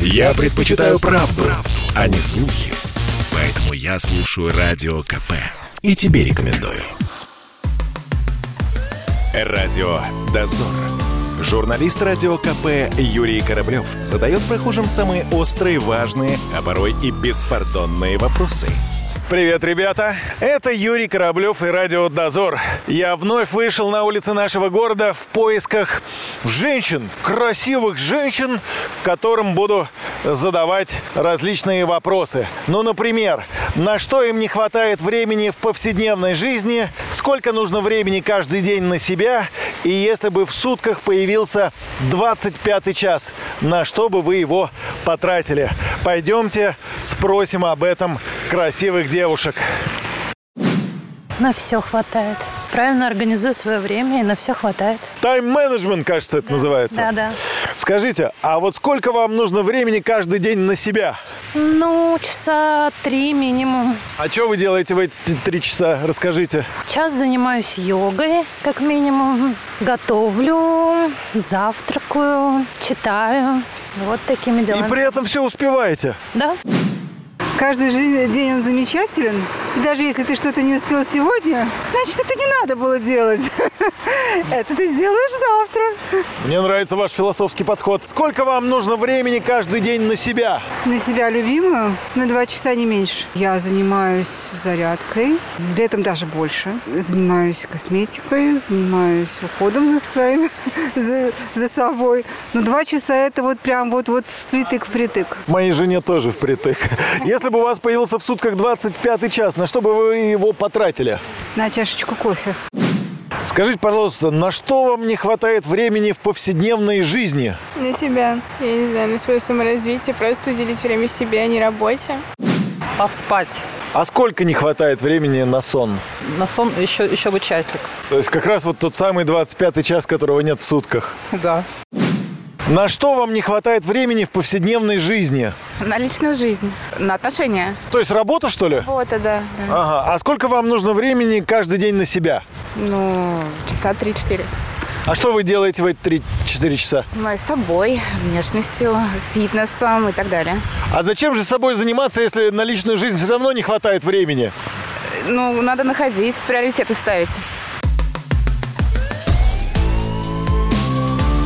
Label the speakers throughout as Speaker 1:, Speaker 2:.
Speaker 1: Я предпочитаю правду, правду, а не слухи. Поэтому я слушаю Радио КП. И тебе рекомендую. Радио «Дозор». Журналист радио КП Юрий Кораблев задает прохожим самые острые, важные, а порой и беспардонные вопросы.
Speaker 2: Привет, ребята! Это Юрий Кораблев и Радио Дозор. Я вновь вышел на улицы нашего города в поисках женщин, красивых женщин, которым буду задавать различные вопросы. Ну, например, на что им не хватает времени в повседневной жизни, сколько нужно времени каждый день на себя, и если бы в сутках появился 25 час, на что бы вы его потратили? Пойдемте спросим об этом красивых девушек.
Speaker 3: На все хватает. Правильно организую свое время и на все хватает.
Speaker 2: Тайм-менеджмент, кажется, это называется.
Speaker 3: Да, да.
Speaker 2: Скажите, а вот сколько вам нужно времени каждый день на себя?
Speaker 3: Ну, часа три минимум.
Speaker 2: А что вы делаете в эти три часа? Расскажите.
Speaker 3: Час занимаюсь йогой, как минимум. Готовлю, завтракаю, читаю. Вот такими
Speaker 2: И
Speaker 3: делами.
Speaker 2: при этом все успеваете.
Speaker 3: Да?
Speaker 4: Каждый жи- день он замечателен. И даже если ты что-то не успел сегодня, значит, это не надо было делать. Это ты сделаешь завтра.
Speaker 2: Мне нравится ваш философский подход. Сколько вам нужно времени каждый день на себя?
Speaker 4: На себя любимую, на два часа не меньше. Я занимаюсь зарядкой, летом даже больше. Занимаюсь косметикой, занимаюсь уходом за своим, за, за собой. Но два часа это вот прям вот-вот впритык-впритык.
Speaker 2: Моей жене тоже впритык. Если бы у вас появился в сутках 25 час, на что бы вы его потратили?
Speaker 4: На чашечку кофе.
Speaker 2: Скажите, пожалуйста, на что вам не хватает времени в повседневной жизни?
Speaker 5: На себя. Я не знаю, на свое саморазвитие, просто уделить время себе, а не работе.
Speaker 6: Поспать.
Speaker 2: А сколько не хватает времени на сон?
Speaker 6: На сон еще, еще бы часик.
Speaker 2: То есть как раз вот тот самый 25 час, которого нет в сутках.
Speaker 6: Да.
Speaker 2: На что вам не хватает времени в повседневной жизни?
Speaker 7: На личную жизнь. На отношения.
Speaker 2: То есть работа, что ли?
Speaker 7: Вот, да.
Speaker 2: Ага. А сколько вам нужно времени каждый день на себя?
Speaker 7: Ну, часа 3-4.
Speaker 2: А что вы делаете в эти 3-4 часа?
Speaker 7: Занимаюсь собой, внешностью, фитнесом и так далее.
Speaker 2: А зачем же собой заниматься, если на личную жизнь все равно не хватает времени?
Speaker 7: Ну, надо находить, приоритеты ставить.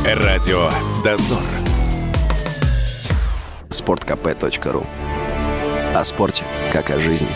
Speaker 1: Радио «Дозор».
Speaker 8: sportkp.ru О спорте, как о жизни.